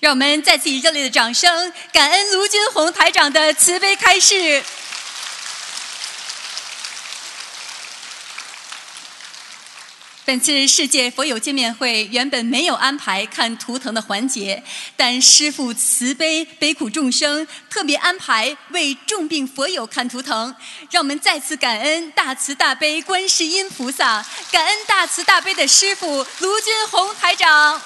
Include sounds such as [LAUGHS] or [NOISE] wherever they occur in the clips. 让我们再次以热烈的掌声，感恩卢军红台长的慈悲开示。本次世界佛友见面会原本没有安排看图腾的环节，但师父慈悲悲苦众生，特别安排为重病佛友看图腾。让我们再次感恩大慈大悲观世音菩萨，感恩大慈大悲的师父卢军红台长。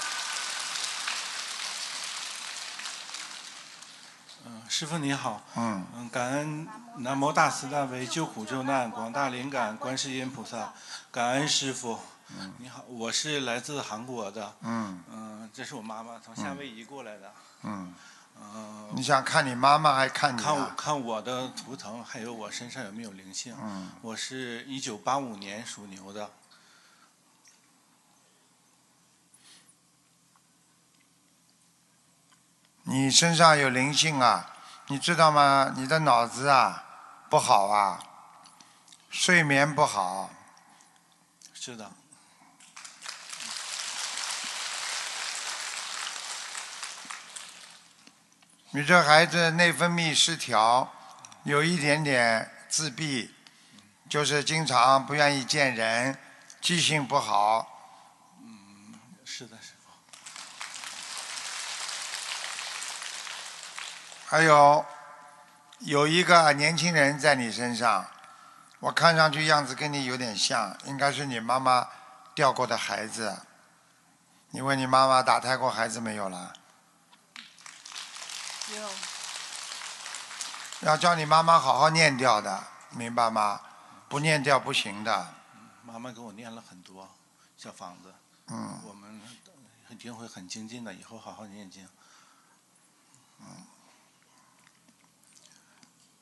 师傅你好，嗯嗯，感恩南无大慈大悲救苦救难广大灵感观世音菩萨，感恩师傅。你好，我是来自韩国的，嗯嗯，这是我妈妈从夏威夷过来的，嗯，嗯，你想看你妈妈还看你、看我啊？看我的图腾，还有我身上有没有灵性。嗯我是一九八五年属牛的，你身上有灵性啊，你知道吗？你的脑子啊不好啊，睡眠不好，是的，你这孩子内分泌失调，有一点点自闭，就是经常不愿意见人，记性不好，是的，师傅。还有有一个年轻人在你身上，我看上去样子跟你有点像，应该是你妈妈掉过的孩子。你问你妈妈打胎过孩子没有啦？有要叫你妈妈好好念掉的，明白吗？不念掉不行的。妈妈给我念了很多小房子，嗯，我们一定会很精进的，以后好好念经。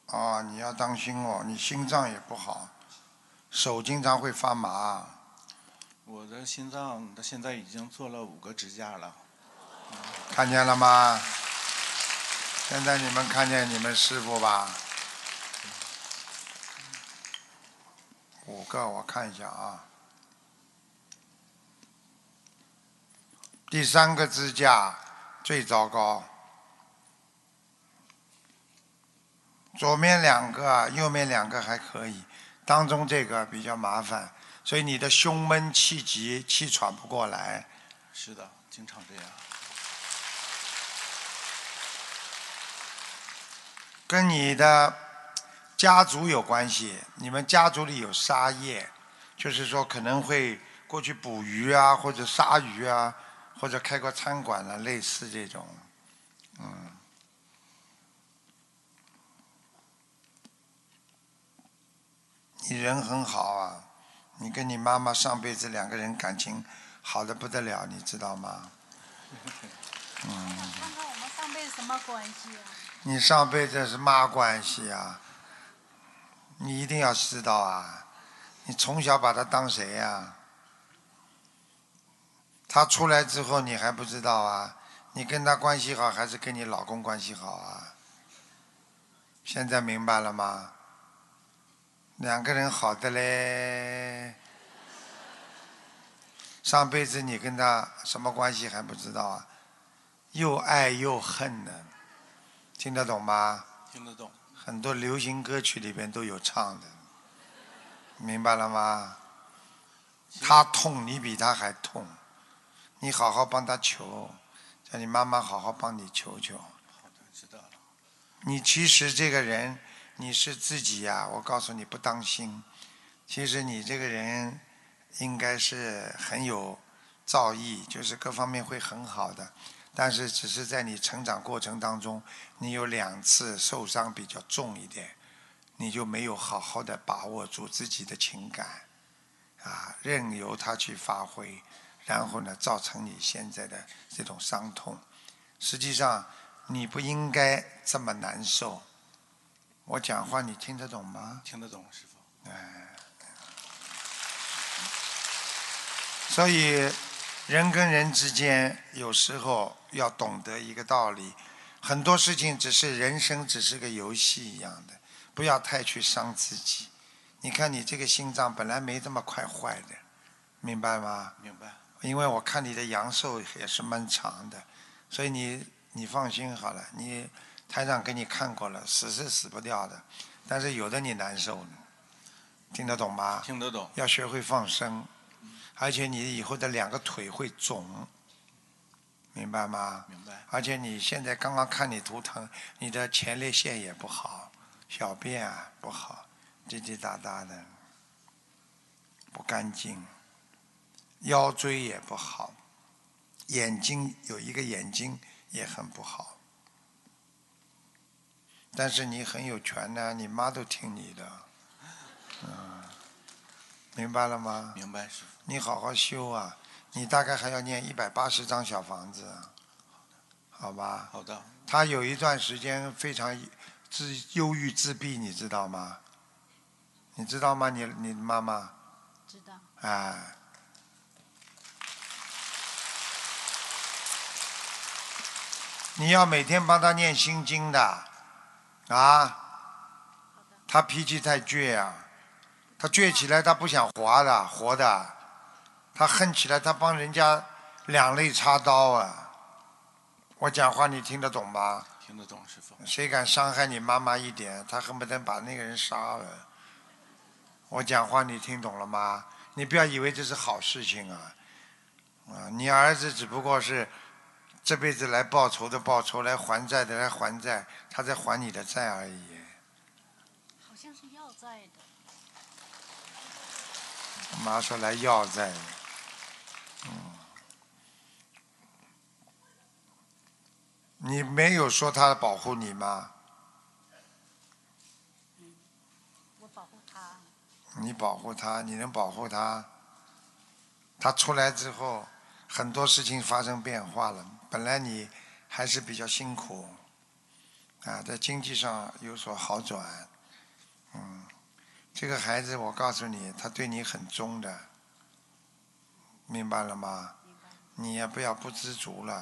哦，你要当心哦，你心脏也不好，手经常会发麻。我的心脏，它现在已经做了五个支架了。看见了吗？现在你们看见你们师傅吧？五个，我看一下啊。第三个支架最糟糕，左面两个，啊右面两个还可以，当中这个比较麻烦，所以你的胸闷气急，气喘不过来。是的，经常这样。跟你的家族有关系，你们家族里有杀业，就是说可能会过去捕鱼啊，或者杀鱼啊，或者开过餐馆啊，类似这种。嗯。你人很好啊，你跟你妈妈上辈子两个人感情好的不得了，你知道吗？看看我们上辈子什么关系啊？你上辈子是嘛关系啊？你一定要知道啊！你从小把他当谁呀、他出来之后你还不知道啊？你跟他关系好还是跟你老公关系好啊？现在明白了吗？两个人好的嘞。上辈子你跟他什么关系还不知道啊？又爱又恨呢，听得懂吗？听得懂，很多流行歌曲里边都有唱的，明白了吗？他痛，你比他还痛，你好好帮他求，叫你妈妈好好帮你求求。好的，知道了。你其实这个人，你是自己呀、我告诉你不当心。其实你这个人应该是很有造诣，就是各方面会很好的，但是只是在你成长过程当中，你有两次受伤比较重一点，你就没有好好的把握住自己的情感，啊，任由它去发挥，然后呢，造成你现在的这种伤痛。实际上，你不应该这么难受。我讲话你听得懂吗？听得懂，师傅。所以，人跟人之间有时候要懂得一个道理，很多事情只是人生只是个游戏一样的，不要太去伤自己。你看你这个心脏本来没这么快坏的，明白吗？明白。因为我看你的阳寿也是蛮长的，所以你你放心好了，你台长给你看过了，死是死不掉的，但是有的你难受呢，听得懂吗？听得懂。要学会放生，而且你以后的两个腿会肿，明白吗？明白。而且你现在刚刚看你图腾，你的前列腺也不好，小便啊不好，滴滴答答的，不干净，腰椎也不好，眼睛有一个眼睛也很不好。但是你很有权呢、你妈都听你的，嗯，明白了吗？明白师傅。你好好修啊，你大概还要念一百八十张小房子，好吧？好的，他有一段时间非常自忧郁自闭，你知道吗？你知道吗？你你妈妈知道。哎。你要每天帮他念心经的，啊，他脾气太倔啊，他倔起来他不想活的，活的，他恨起来他帮人家两肋插刀啊。我讲话你听得懂吗？听得懂师傅。谁敢伤害你妈妈一点，他恨不得把那个人杀了。我讲话你听懂了吗？你不要以为这是好事情啊！啊，你儿子只不过是这辈子来报仇的报仇，来还债的来还债，他在还你的债而已。好像是要债的。我妈说来要债的，嗯，你没有说他保护你吗？我保护他，你保护他，你能保护他，他出来之后，很多事情发生变化了。本来你还是比较辛苦，啊，在经济上有所好转，嗯，这个孩子我告诉你，他对你很忠的，明白了吗？你也不要不知足了，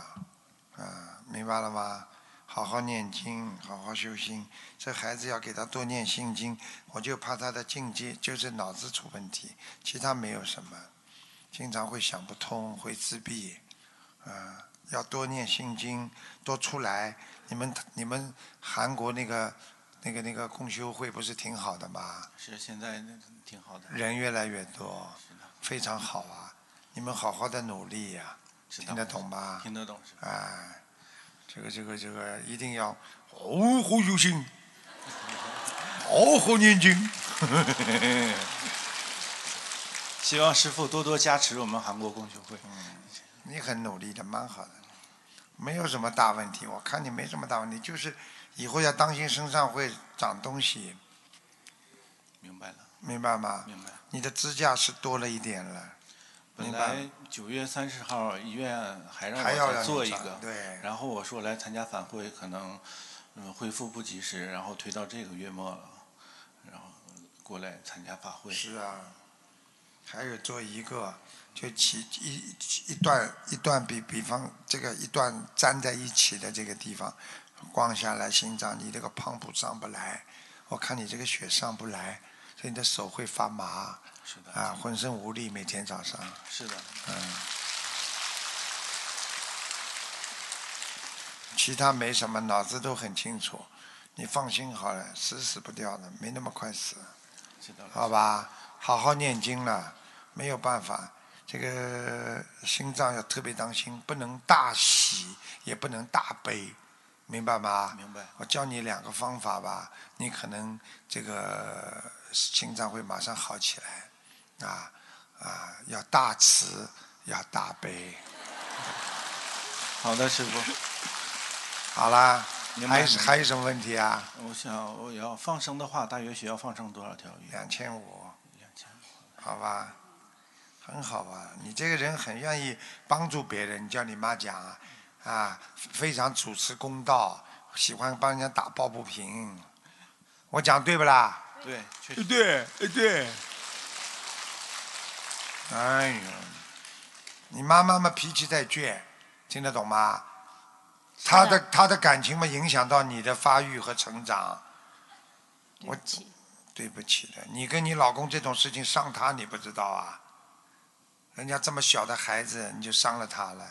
啊，明白了吗？好好念经，好好修心。这孩子要给他多念心经，我就怕他的境界就是脑子出问题，其他没有什么，经常会想不通，会自闭，啊、要多念心经，多出来。你们你们韩国那个那个那个共修会不是挺好的吗？是现在那挺好的，人越来越多是的，非常好啊！你们好好的努力呀、知道听得懂吗？听得懂师傅。哎，这个这个这个一定要好好修行，好好念经。希望师傅多多加持我们韩国共修会。嗯你很努力的，蛮好的，没有什么大问题。我看你没什么大问题，就是以后要当心身上会长东西，明白了，明白吗？明白了。你的支架是多了一点了，本明白来九月三十号医院还让还要我再让做你一长个，对，然后我说来参加反馈，可能嗯恢复不及时，然后推到这个月末了，然后过来参加法会。是啊，还有做一个，就起一一段一段比比方这个一段粘在一起的这个地方，光下来心脏，你这个胖脯上不来，我看你这个血上不来，所以你的手会发麻是的，啊，浑身无力，每天早上。是的，其他没什么，脑子都很清楚，你放心好了，死死不掉的，没那么快死，知道了。好吧？好好念经了，没有办法，这个心脏要特别当心，不能大喜，也不能大悲，明白吗？明白。我教你两个方法吧，你可能这个心脏会马上好起来，啊啊，要大慈，要大悲，好的，师傅，好啦。明白还是明白还有什么问题啊？我想我要放生的话，大约需要放生多少条鱼？两千五。两千五。好吧，很好啊，你这个人很愿意帮助别人，你叫你妈讲啊，啊，非常主持公道，喜欢帮人家打抱不平，我讲对不啦？对，确对实不对？对对。哎呦，你妈妈嘛脾气太倔，听得懂吗？她的她的感情嘛影响到你的发育和成长。我对不起对不起的，你跟你老公这种事情伤他，你不知道啊？人家这么小的孩子你就伤了他了，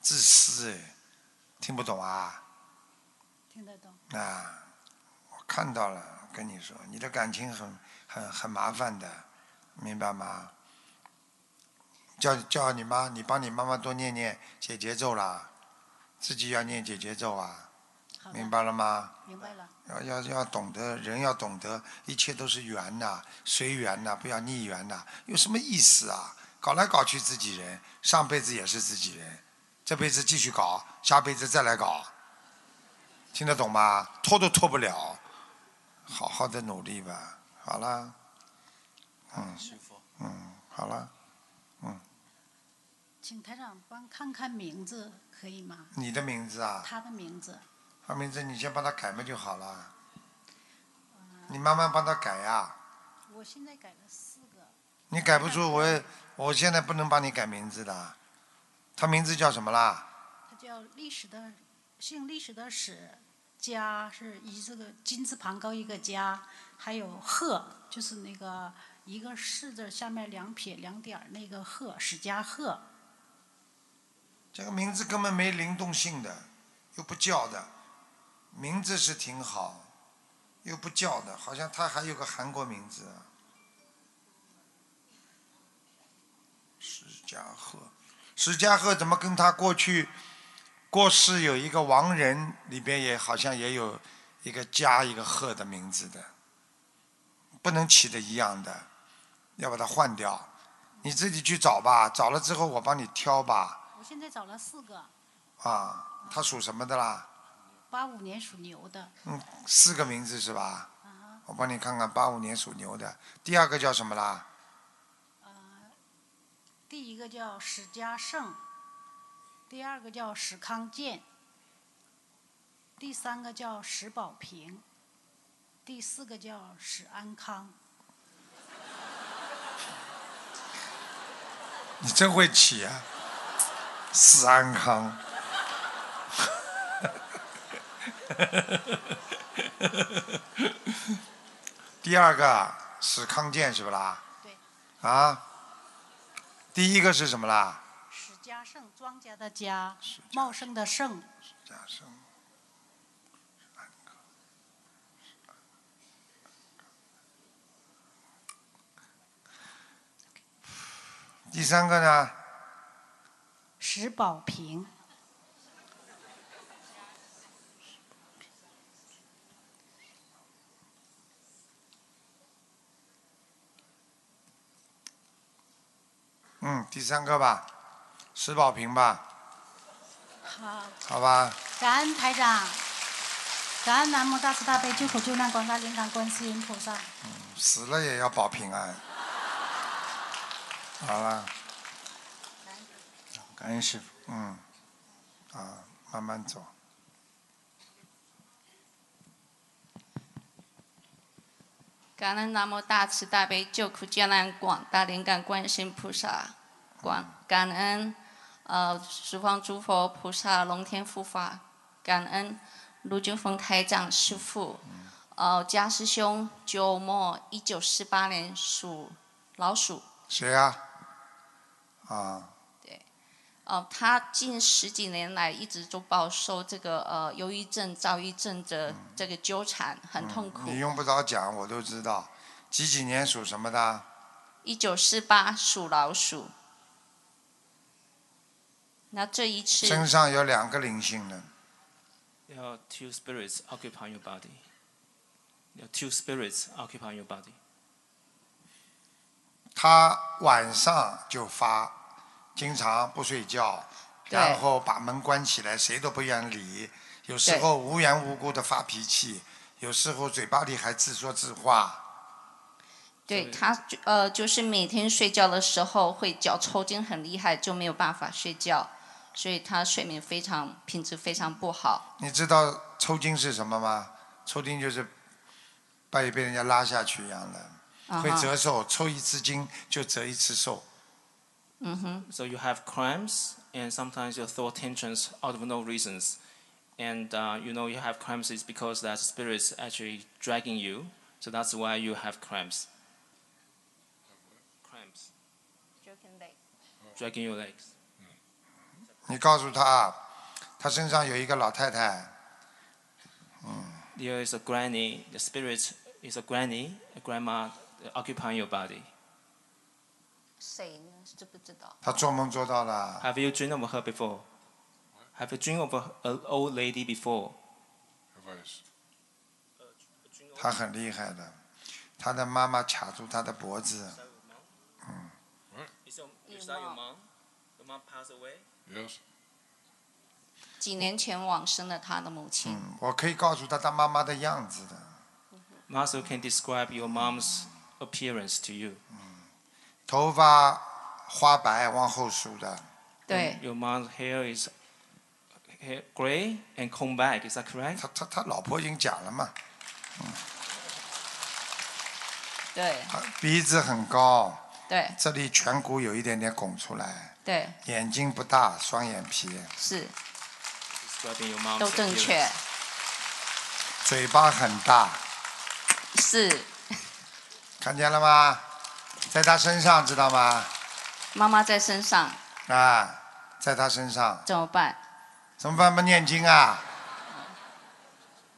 自私哎，听不懂啊？听得懂，啊，我看到了，跟你说，你的感情很很很麻烦的，明白吗？叫叫你妈，你帮你妈妈多念念解节奏啦，自己要念解节奏啊，好的明，白了吗？明白了，要要要懂得，人要懂得，一切都是缘呐、随缘呐、不要逆缘呐、有什么意思啊？搞来搞去自己人，上辈子也是自己人，这辈子继续搞，下辈子再来搞，听得懂吗？拖都拖不了，好好的努力吧。好啦，嗯师傅，嗯，好啦，请台长帮看看名字可以吗？你的名字啊，他的名字，他名字你先帮他改嘛就好了，你慢慢帮他改啊呀、我现在改了四个，你改不出我也，我现在不能帮你改名字的。他名字叫什么啦？他叫历史的，姓历史的史，家是一这个金字旁高一个家，还有鹤，就是那个一个士字下面两撇两点儿那个鹤，史家鹤。这个名字根本没灵动性的，又不叫的。名字是挺好，又不叫的，好像他还有个韩国名字啊。史家鹤，史家鹤怎么跟他过去过世有一个亡人里边也好像也有一个家一个鹤的名字的，不能起的一样的，要把它换掉。你自己去找吧，找了之后我帮你挑吧。我现在找了四个，啊，他属什么的啦？八五年属牛的，嗯，四个名字是吧？啊，我帮你看看，八五年属牛的，第二个叫什么啦？呃，第一个叫史家胜，第二个叫史康健，第三个叫史宝平，第四个叫史安康。你真会起啊！四安康。 [LAUGHS] 第二个史康健是不啦？对，啊，第一个是什么啦？史家胜，庄稼的家史家，茂盛的盛，加上第三个呢？史宝平。嗯，第三个吧，石宝平吧，好，好吧。感恩台长，感恩南无大慈大悲救苦救难广大灵感观世音菩萨。死了也要保平安。好了，感恩师傅。嗯，啊，慢慢走。感恩南无大慈大悲救苦救难广大灵感观世音菩萨，广感恩呃十方诸佛菩萨龙天护法，感恩卢军峰台长师父，呃家师兄九末一九四八年属老鼠，谁呀、啊？啊，呃他近十几年来一直都饱受这个呃忧郁症、躁郁症的这个纠缠，很痛苦你。用不着讲，我都知道。几几年属什么的？一九四八属老鼠。那这一次身上有两个灵性的， There are two spirits occupying your body. There are two spirits occupying your body. 他晚上就发，经常不睡觉，对然后把门关起来，谁都不愿理。有时候无缘无故的发脾气，有时候嘴巴里还自说自话。对对他就呃，就是每天睡觉的时候会脚抽筋很厉害，就没有办法睡觉，所以他睡眠非常品质非常不好。你知道抽筋是什么吗？抽筋就是被被人家拉下去一样的，啊会哈折寿。抽一次筋就折一次寿。嗯哼， So you have cramps, and sometimes you throw tantrums out of no reasons. And uh, you know you have cramps is because that spirit's actually dragging you. So that's why you have cramps. Cramps 就跟 dragging your legs. 你告诉他，他身上有一个老太太， There is a granny, the spirit is a granny, a grandma occupying your body. 谁呢？知不知道？他做梦做到了， Have you dreamed of her before? Have you dreamed of an old lady before? 他很厉害的，他的妈妈卡住他的脖子， Is, is that your mom? Your mom passed away? 几年前往生了他的母亲，嗯，我可以告诉他他妈妈的样子的， Master can describe your mom's appearance to you. 头发花白往后梳的，对嗯 Your mom's hair is hair gray and combed back, is that correct? 他他他老婆已经讲了嘛，对他鼻子很高，对这里颧骨有一点点拱出来，对，眼睛不大，双眼皮，是 Describing your mom's 都正确 appearance.，嘴巴很大，是看见了吗？在他身上知道吗？妈妈在身上啊，在他身上怎么办？怎么办？不念经啊？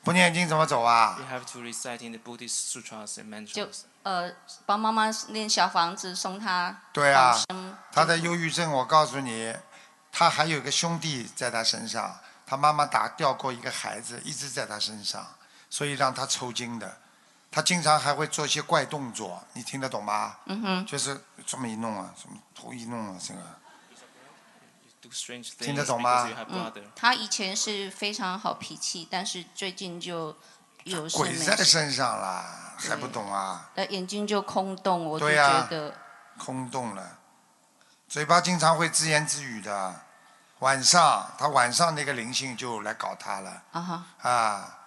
不念经怎么走啊 You？have to recite in the Buddhist sutras and mantras. 呃，帮妈妈念小房子，送她对啊往生他的忧郁症，我告诉你，他还有个兄弟在他身上，他妈妈打掉过一个孩子，一直在他身上，所以让他抽筋的。他经常还会做一些怪动作，你听得懂吗？嗯哼，就是这么一弄啊，什么头一弄啊，这个 Do strange things 听得 because 懂吗 you have brother. 她以前是非常好脾气，但是最近就有事鬼没在事，身上啦，还不懂啊？呃，眼睛就空洞，我就对啊觉得空洞了，嘴巴经常会自言自语的。晚上他晚上那个灵性就来搞他了啊哈。啊。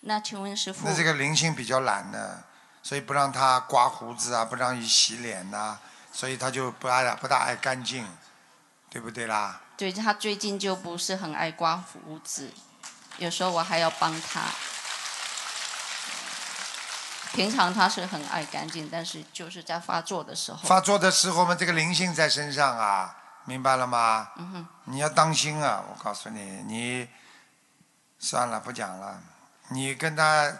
那请问师傅那，这个灵性比较懒的，所以不让他刮胡子啊，不让你洗脸呐、所以他就不爱不大爱干净，对不对啦？对他最近就不是很爱刮胡子，有时候我还要帮他。平常他是很爱干净，但是就是在发作的时候，发作的时候嘛，这个灵性在身上啊，明白了吗？嗯哼，你要当心啊！我告诉你，你算了，不讲了。你跟他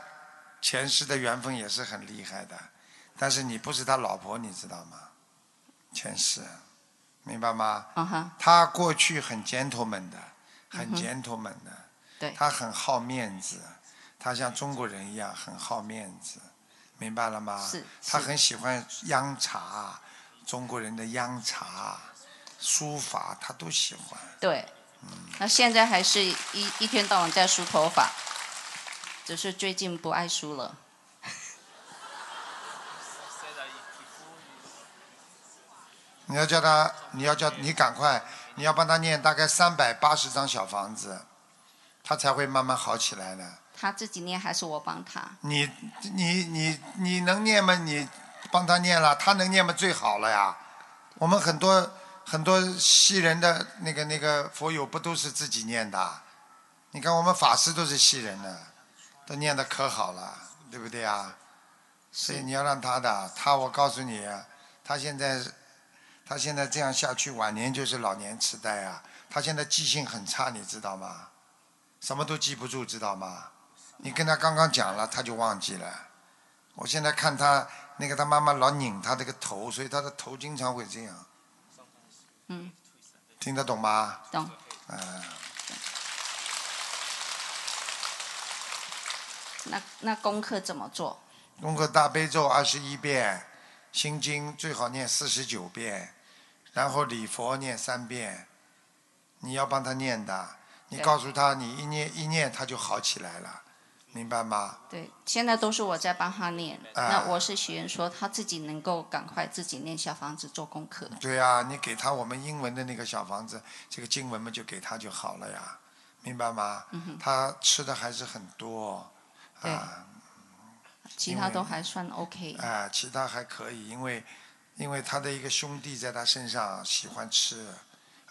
前世的缘分也是很厉害的，但是你不是他老婆，你知道吗？前世，明白吗？啊哈，他过去很 gentleman 的，很嗯哼 gentleman 的，对他很好面子，他像中国人一样很好面子，明白了吗？是他是很喜欢央茶，中国人的央茶、书法他都喜欢。对。那现在还是一一天到晚在梳头发，只是最近不爱梳了。你要叫他，你要叫你赶快，你要帮他念大概三百八十张小房子，他才会慢慢好起来的。他自己念还是我帮他？你你你你能念吗？你帮他念了，他能念吗？最好了呀。我们很多很多西人的那个那个佛友不都是自己念的？啊你看我们法师都是西人的，都念的可好了，对不对啊？所以你要让他的，他我告诉你，啊他现在他现在这样下去，晚年就是老年痴呆啊。他现在记性很差，你知道吗？什么都记不住，知道吗？你跟他刚刚讲了，他就忘记了。我现在看他那个他妈妈老拧他这个头，所以他的头经常会这样。嗯。听得懂吗？懂。嗯、那那功课怎么做？功课大悲咒二十一遍，心经最好念四十九遍，然后礼佛念三遍。你要帮他念的，你对告诉他，你一念一念他就好起来了，明白吗？对，现在都是我在帮他念。啊那我是许愿说他自己能够赶快自己念小房子做功课。对呀、你给他我们英文的那个小房子，这个经文嘛就给他就好了呀，明白吗？嗯他吃的还是很多，对啊其他都还算 OK。啊，其他还可以，因为因为他的一个兄弟在他身上喜欢吃，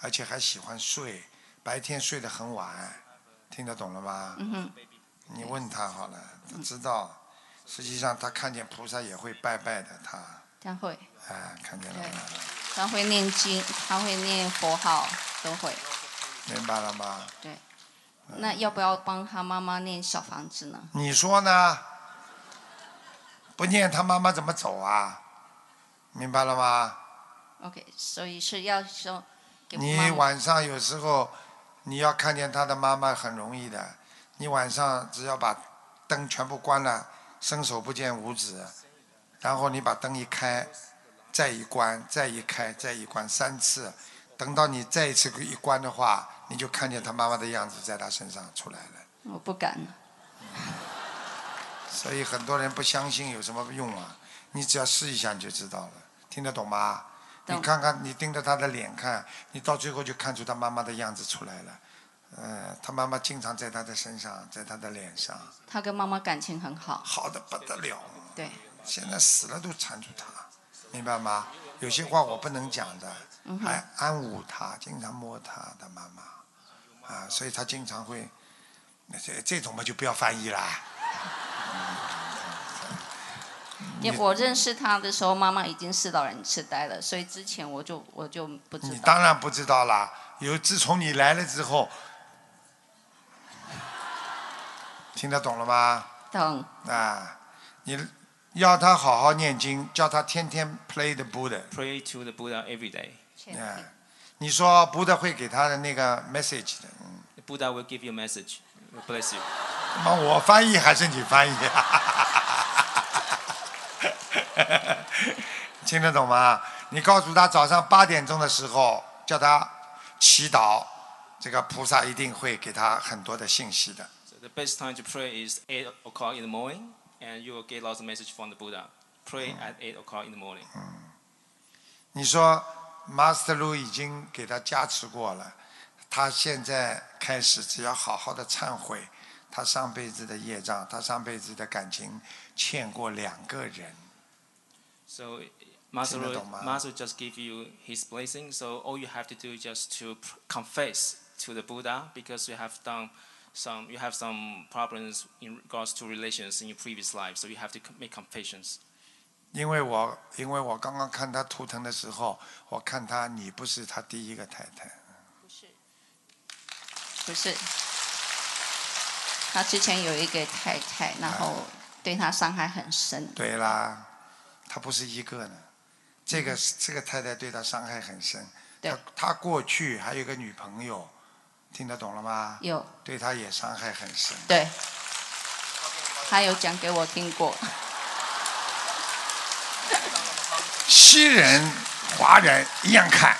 而且还喜欢睡，白天睡得很晚，听得懂了吗？嗯哼，嗯你问他好了，他知道，实际上他看见菩萨也会拜拜的，他哎他会，啊，看见了吗？啊他会念经，他会念佛号，都会。明白了吗？对，那要不要帮他妈妈念小房子呢？你说呢？不念他妈妈怎么走啊？明白了吗？ OK，所以是要说给你妈妈晚上有时候你要看见他的妈妈很容易的，你晚上只要把灯全部关了，伸手不见五指，然后你把灯一开，再一关，再一开，再一关三次，等到你再一次一关的话，你就看见他妈妈的样子在他身上出来了。我不敢了。所以很多人不相信有什么用啊？你只要试一下你就知道了，听得懂吗？懂你看看，你盯着他的脸看，你到最后就看出他妈妈的样子出来了。呃，他妈妈经常在他的身上，在他的脸上，他跟妈妈感情很好，好的不得了。对，现在死了都缠住他，明白吗？有些话我不能讲的，嗯哼还安抚他，经常摸他的妈妈，啊，所以他经常会，那这这种嘛就不要翻译啦。因为我认识他的时候，妈妈已经是老人痴呆了，所以之前我就我就不知你道。当然不知道啦，有自从你来了之后，听得懂了吗？懂，啊，你要他好好念经，叫他天天 play the Buddha。 Pray to the Buddha every day. 确啊定，你说 Buddha 会给他的那个 message 的，嗯 The Buddha will give you a message. Will bless you. 他妈啊我翻译还是你翻译 [LAUGHS] 啊？听得懂吗？你告诉他早上八点钟的时候叫他祈祷，这个菩萨一定会给他很多的信息的。 So the best time to pray is 8 o'clock in the morning, and you will get lots of message from the Buddha. Pray at 8 o'clock in the morning. 你说 Master Lu 已经给他加持过了，他现在开始只要好好的忏悔，他上辈子的业障，他上辈子的感情欠过两个人， So Master, Similar will- to mine. Master just give you his blessing. So all you have to do is just to pr- confess to the Buddha because you have done some, you have some problems in regards to relations in your previous life. So you have to co- make confessions. 因为我因为我刚刚看他图腾的时候，我看他你不是他第一个太太，不是，不是。他之前有一个太太，然后哎对他伤害很深。对啦，他不是一个呢，这个这个太太对他伤害很深，嗯对他他过去还有一个女朋友，听得懂了吗？有，对他也伤害很深。对，他有讲给我听过。西人、华人一样看，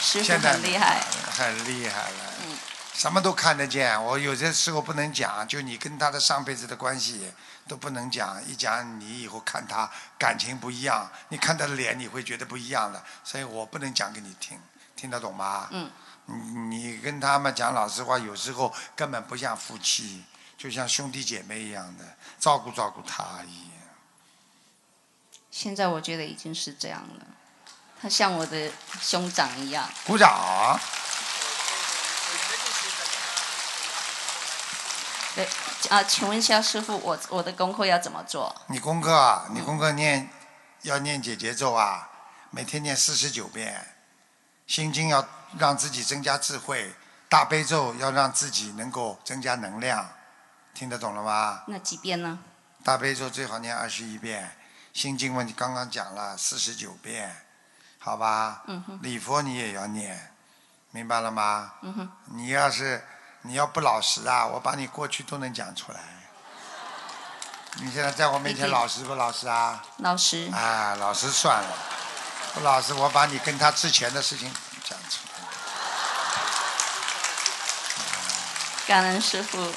师傅现在很厉害，很厉害了嗯，什么都看得见。我有些时候不能讲，就你跟他的上辈子的关系都不能讲，一讲你以后看他感情不一样，你看他的脸你会觉得不一样的，所以我不能讲给你听，听得懂吗？嗯你，你跟他们讲老实话，有时候根本不像夫妻，就像兄弟姐妹一样的，照顾照顾他而已。现在我觉得已经是这样了。他像我的兄长一样，鼓掌。对啊，请问一下师傅，我我的功课要怎么做？你功课啊，你功课念、要念解节奏啊，每天念四十九遍，心经要让自己增加智慧，大悲咒要让自己能够增加能量，听得懂了吗？那几遍呢？大悲咒最好念二十一遍，心经嘛你刚刚讲了四十九遍，好吧？嗯哼，礼佛你也要念，明白了吗？嗯哼，你要是你要不老实啊，我把你过去都能讲出来。你现在在我面前你可以老实不老实啊？老师，啊，老实算了，不老实，我把你跟他之前的事情讲出来。感恩师 [LAUGHS] 傅，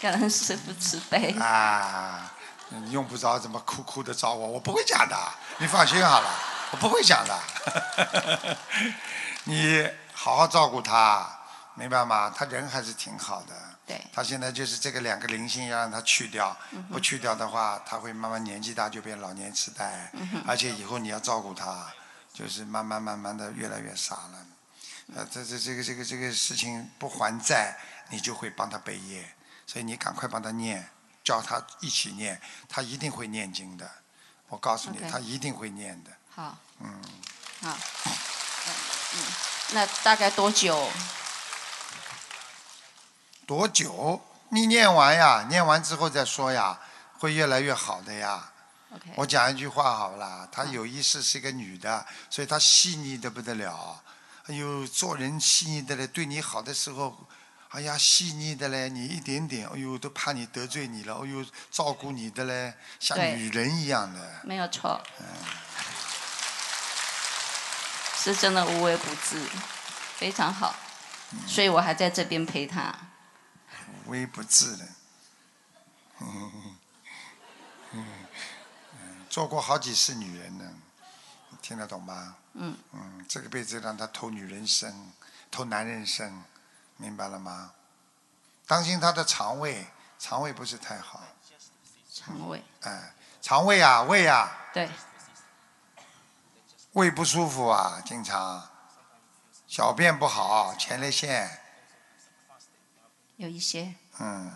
感恩师傅慈悲。啊，你用不着怎么哭哭的找我，我不会讲的，你放心好了，我不会讲的。你好好照顾他，明白吗？他人还是挺好的。对他现在就是这个两个灵性要让他去掉，不去掉的话，他会慢慢年纪大就变老年痴呆，而且以后你要照顾他，就是慢慢慢慢的越来越傻了。呃，这这这个这个这个事情不还债，你就会帮他背业，所以你赶快帮他念，叫他一起念，他一定会念经的。我告诉你 OK 他一定会念的。好，嗯，好，那大概多久？多久？你念完呀，念完之后再说呀，会越来越好的呀。 OK 我讲一句话好啦，她有一世是一个女的，所以她细腻的不得了。哎呦，做人细腻的嘞，对你好的时候，哎呀，细腻的嘞，你一点点，哎呦，都怕你得罪你了，哎呦，照顾你的嘞，像对女人一样的。没有错，嗯是真的无微不至，非常好，嗯所以我还在这边陪他。无微不至的。 [LAUGHS] 嗯嗯做过好几次女人呢，你听得懂吗？嗯嗯，这个辈子让她偷女人身，偷男人身，明白了吗？当心她的肠胃，肠胃不是太好。肠胃，哎，肠胃啊，胃啊，对，胃不舒服啊，经常，小便不好，前列腺，有一些嗯，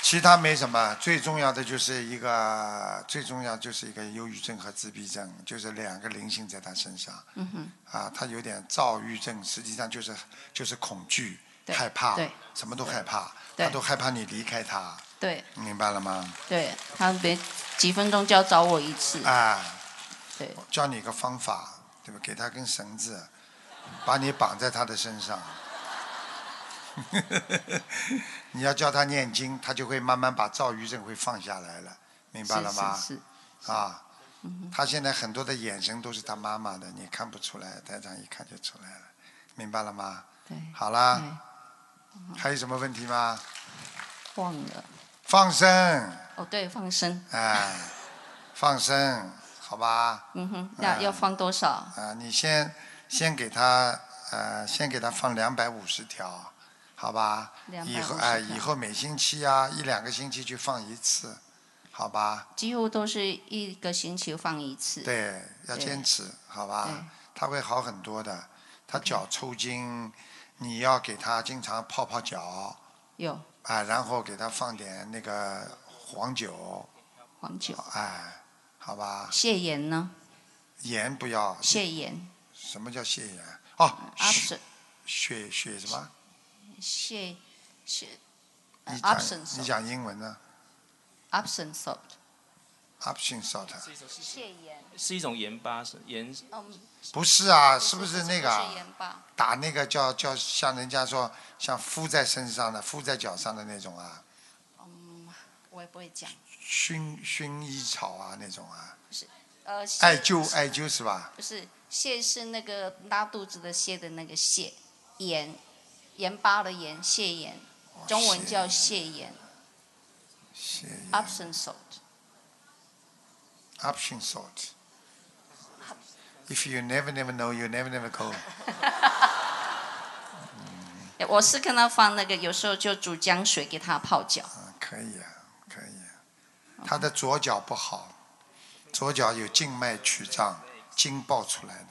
其他没什么，最重要的就是一个，最重要就是一个忧郁症和自闭症，就是两个灵性在他身上。嗯哼，啊，他有点躁郁症，实际上就是就是恐惧、对害怕对，什么都害怕，对他都害怕你离开他，对明白了吗？对，他每几分钟就要找我一次，啊，对，我教你一个方法，对吧？给他根绳子，把你绑在他的身上。 [LAUGHS] 你要教他念经，他就会慢慢把躁郁症会放下来了，明白了吗？是是是，啊，他现在很多的眼神都是他妈妈的，你看不出来，台长一看就出来了，明白了吗？对，好啦，对还有什么问题吗？忘了，放生，哦对，放生，哎，放生，好吧？嗯哼，要要放多少？啊，你先先给他呃，先给他放两百五十条，好吧？ 250以后哎、条以后每星期啊，一两个星期去放一次，好吧？几乎都是一个星期放一次，对，要对坚持，好对吧？他会好很多的。他脚抽筋，你要给他经常泡泡脚有啊，然后给他放点那个黄酒，黄酒，哎，好吧？泻盐呢？盐不要，泻盐什么叫泻盐？哦，血，option，血血什么？泻泻呃你讲哎 option 你 salt 讲英文呢 option salt ？Option salt 是一种是泻盐，是一种盐巴，是盐嗯，不是啊，是不是那个不是啊盐巴，打那个叫叫像人家说像敷在身上的、敷在脚上的那种啊，嗯，我也不会讲，薰薰衣草啊那种啊，呃，泻艾灸艾灸是吧？不是泻是那个拉肚子的泻的那个泻，盐盐巴的盐，泻盐，中文叫泻盐泻盐，option salt。 option salt。If you never never know, you never never go。我是看他放那个，有时候就煮姜水给他泡脚。啊，可以啊，可以啊、他的左脚不好，左脚有静脉曲张，筋爆出来的，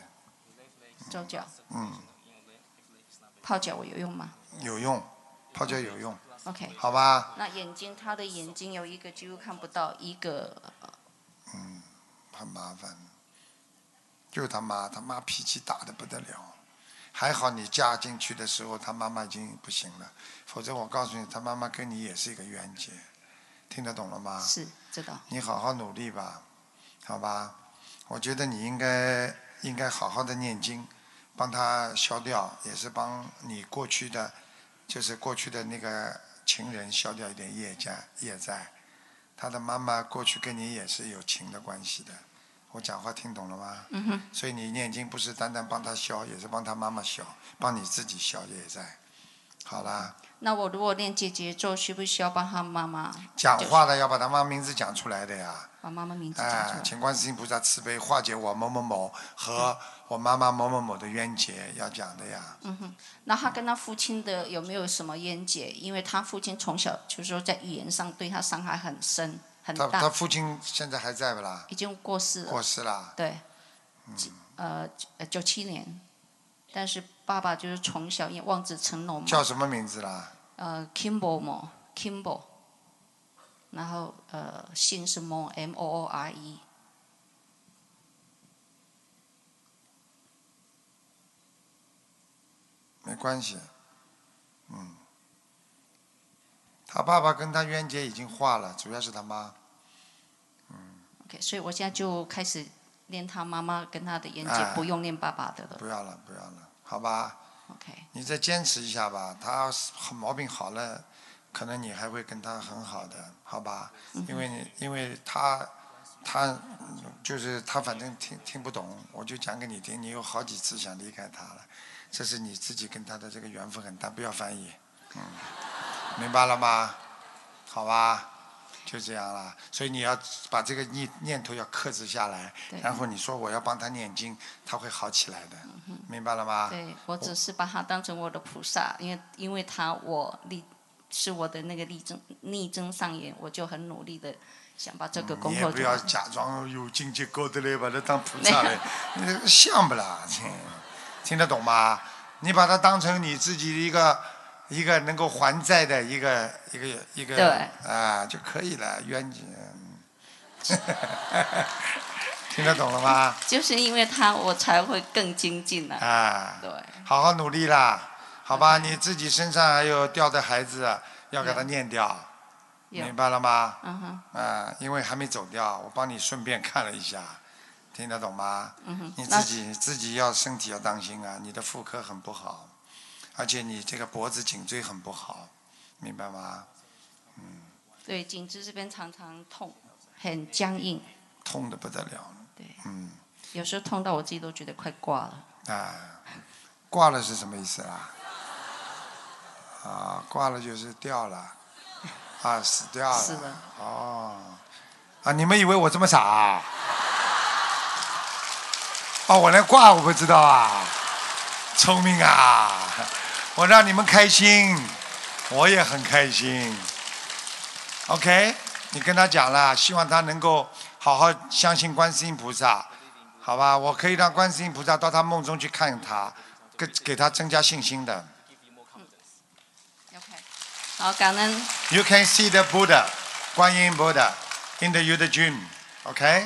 周脚嗯，泡脚我有用吗有用，泡脚有用， ？OK，好吧？那眼睛他的眼睛有一个几乎看不到，一个很麻烦。就他妈，他妈脾气大的不得了。还好你嫁进去的时候，他妈妈已经不行了，否则我告诉你，他妈妈跟你也是一个冤结。听得懂了吗？是知道你好好努力吧，好吧？我觉得你应该应该好好的念经，帮他消掉，也是帮你过去的，就是过去的那个情人消掉一点业债业债。他的妈妈过去跟你也是有情的关系的。我讲话听懂了吗？嗯哼。所以你念经不是单单帮他消，也是帮他妈妈消，帮你自己消业债。好啦，那我如果练姐姐咒，需不需要帮他妈妈讲话的要把他妈名字讲出来的呀。把妈妈名字讲哎，出来？请观世音菩萨慈悲，化解我某某某和我妈妈某某某的冤结，要讲的呀。那他跟他父亲的有没有什么冤结？因为他父亲从小就是说在语言上对他伤害很深很他他大，父亲现在还在不啦？已经过世了。过嗯世啦。对，几呃九七年，但是爸爸就是从小也望子成龙嘛，叫什么名字啦？呃 Kimball 嘛 Kimball，然后呃姓是 Mo M O O R E，关系。嗯，他爸爸跟他冤结已经化了，主要是他妈。 OK，所以我现在就开始练他妈妈跟他的冤结，哎不用练爸爸的了。不要了，不要了，好吧？ OK，你再坚持一下吧，他好毛病好了，可能你还会跟他很好的，好吧？嗯因为你因为他他嗯就是他反正听听不懂，我就讲给你听，你有好几次想离开他了，这是你自己跟他的这个缘分很大，不要翻译，嗯，明白了吗？好吧。就这样了，所以你要把这个念念头要克制下来对，嗯然后你说我要帮他念经，他会好起来的，明白了吗？对我只是把他当成我的菩萨，因为因为他我力是我的那个力争力争上言，我就很努力的想把这个功嗯你也课不做要完。假装有境界高的嘞，把它当菩萨没嘞，你这个像不啦？听听得懂吗？你把它当成你自己的一个一个能够还债的一个一个一个对啊就可以了，冤结。嗯 [LAUGHS] 听得懂了吗？就是因为他，我才会更精进了、啊，对，好好努力啦，好吧？你自己身上还有掉的孩子，啊要给他有念掉，有明白了吗？嗯哼，啊，因为还没走掉，我帮你顺便看了一下， [LAUGHS] 听得懂吗？嗯哼你那自己自己要身体要当心啊，你的妇科很不好，而且你这个脖子颈椎很不好，明白吗？对，颈椎这边常常痛，很僵硬，痛的不得了，对，嗯，有时候痛到我自己都觉得快挂了。啊，挂了是什么意思啦？啊，挂了就是掉了，啊，死掉了。是的哦，啊，你们以为我这么傻啊？哦，我连挂我不知道啊，聪明啊！我让你们开心，我也很开心。OK，你跟他讲了，希望他能够好好相信观世音菩萨，好吧？我可以让观世音菩萨到他梦中去看他，给给他增加信心的。 OK，好，感恩 You can see the Buddha, Guanyin Buddha, in the Yuda dream. Okay?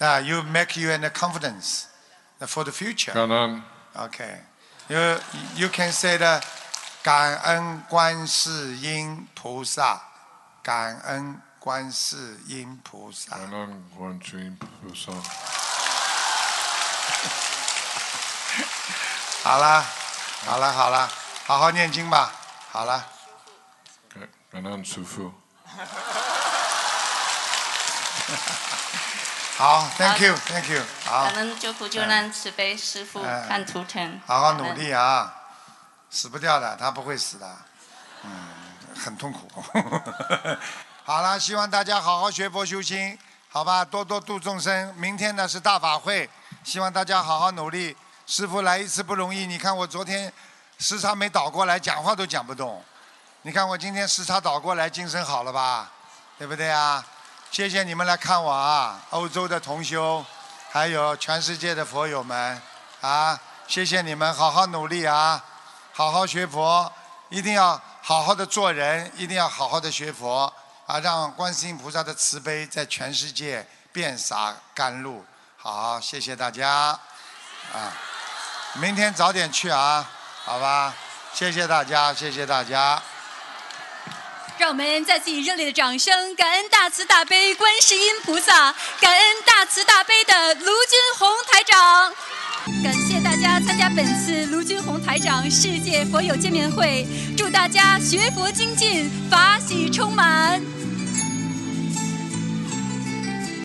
Uh, you make you in the confidence for the future. 感恩 Okay. You you can say the 感恩观世音菩萨，感恩观世音菩萨。感恩观世音菩萨，好啦，好啦，好啦，好好念经吧。好了，感感恩师父，好，Thank you，Thank you，好感。恩救苦救难慈悲师父哎看图腾，好好感努恩力啊，死不掉的，他不会死的，嗯，很痛苦。 [LAUGHS] 好了，希望大家好好学佛修心，好吧，多多度众生。明天呢是大法会，希望大家好好努力。师傅来一次不容易，你看我昨天时差没倒过来，讲话都讲不动。你看我今天时差倒过来，精神好了吧？对不对啊？谢谢你们来看我啊，欧洲的同修，还有全世界的佛友们啊，谢谢你们，好好努力啊，好好学佛，一定要好好的做人，一定要好好的学佛啊，让观世音菩萨的慈悲在全世界遍洒甘露。好，谢谢大家啊，明天早点去啊，好吧？谢谢大家，谢谢大家。让我们再次以热烈的掌声，感恩大慈大悲观世音菩萨，感恩大慈大悲的卢军宏台长。感谢大家参加本次卢军宏台长世界佛友见面会，祝大家学佛精进，法喜充满。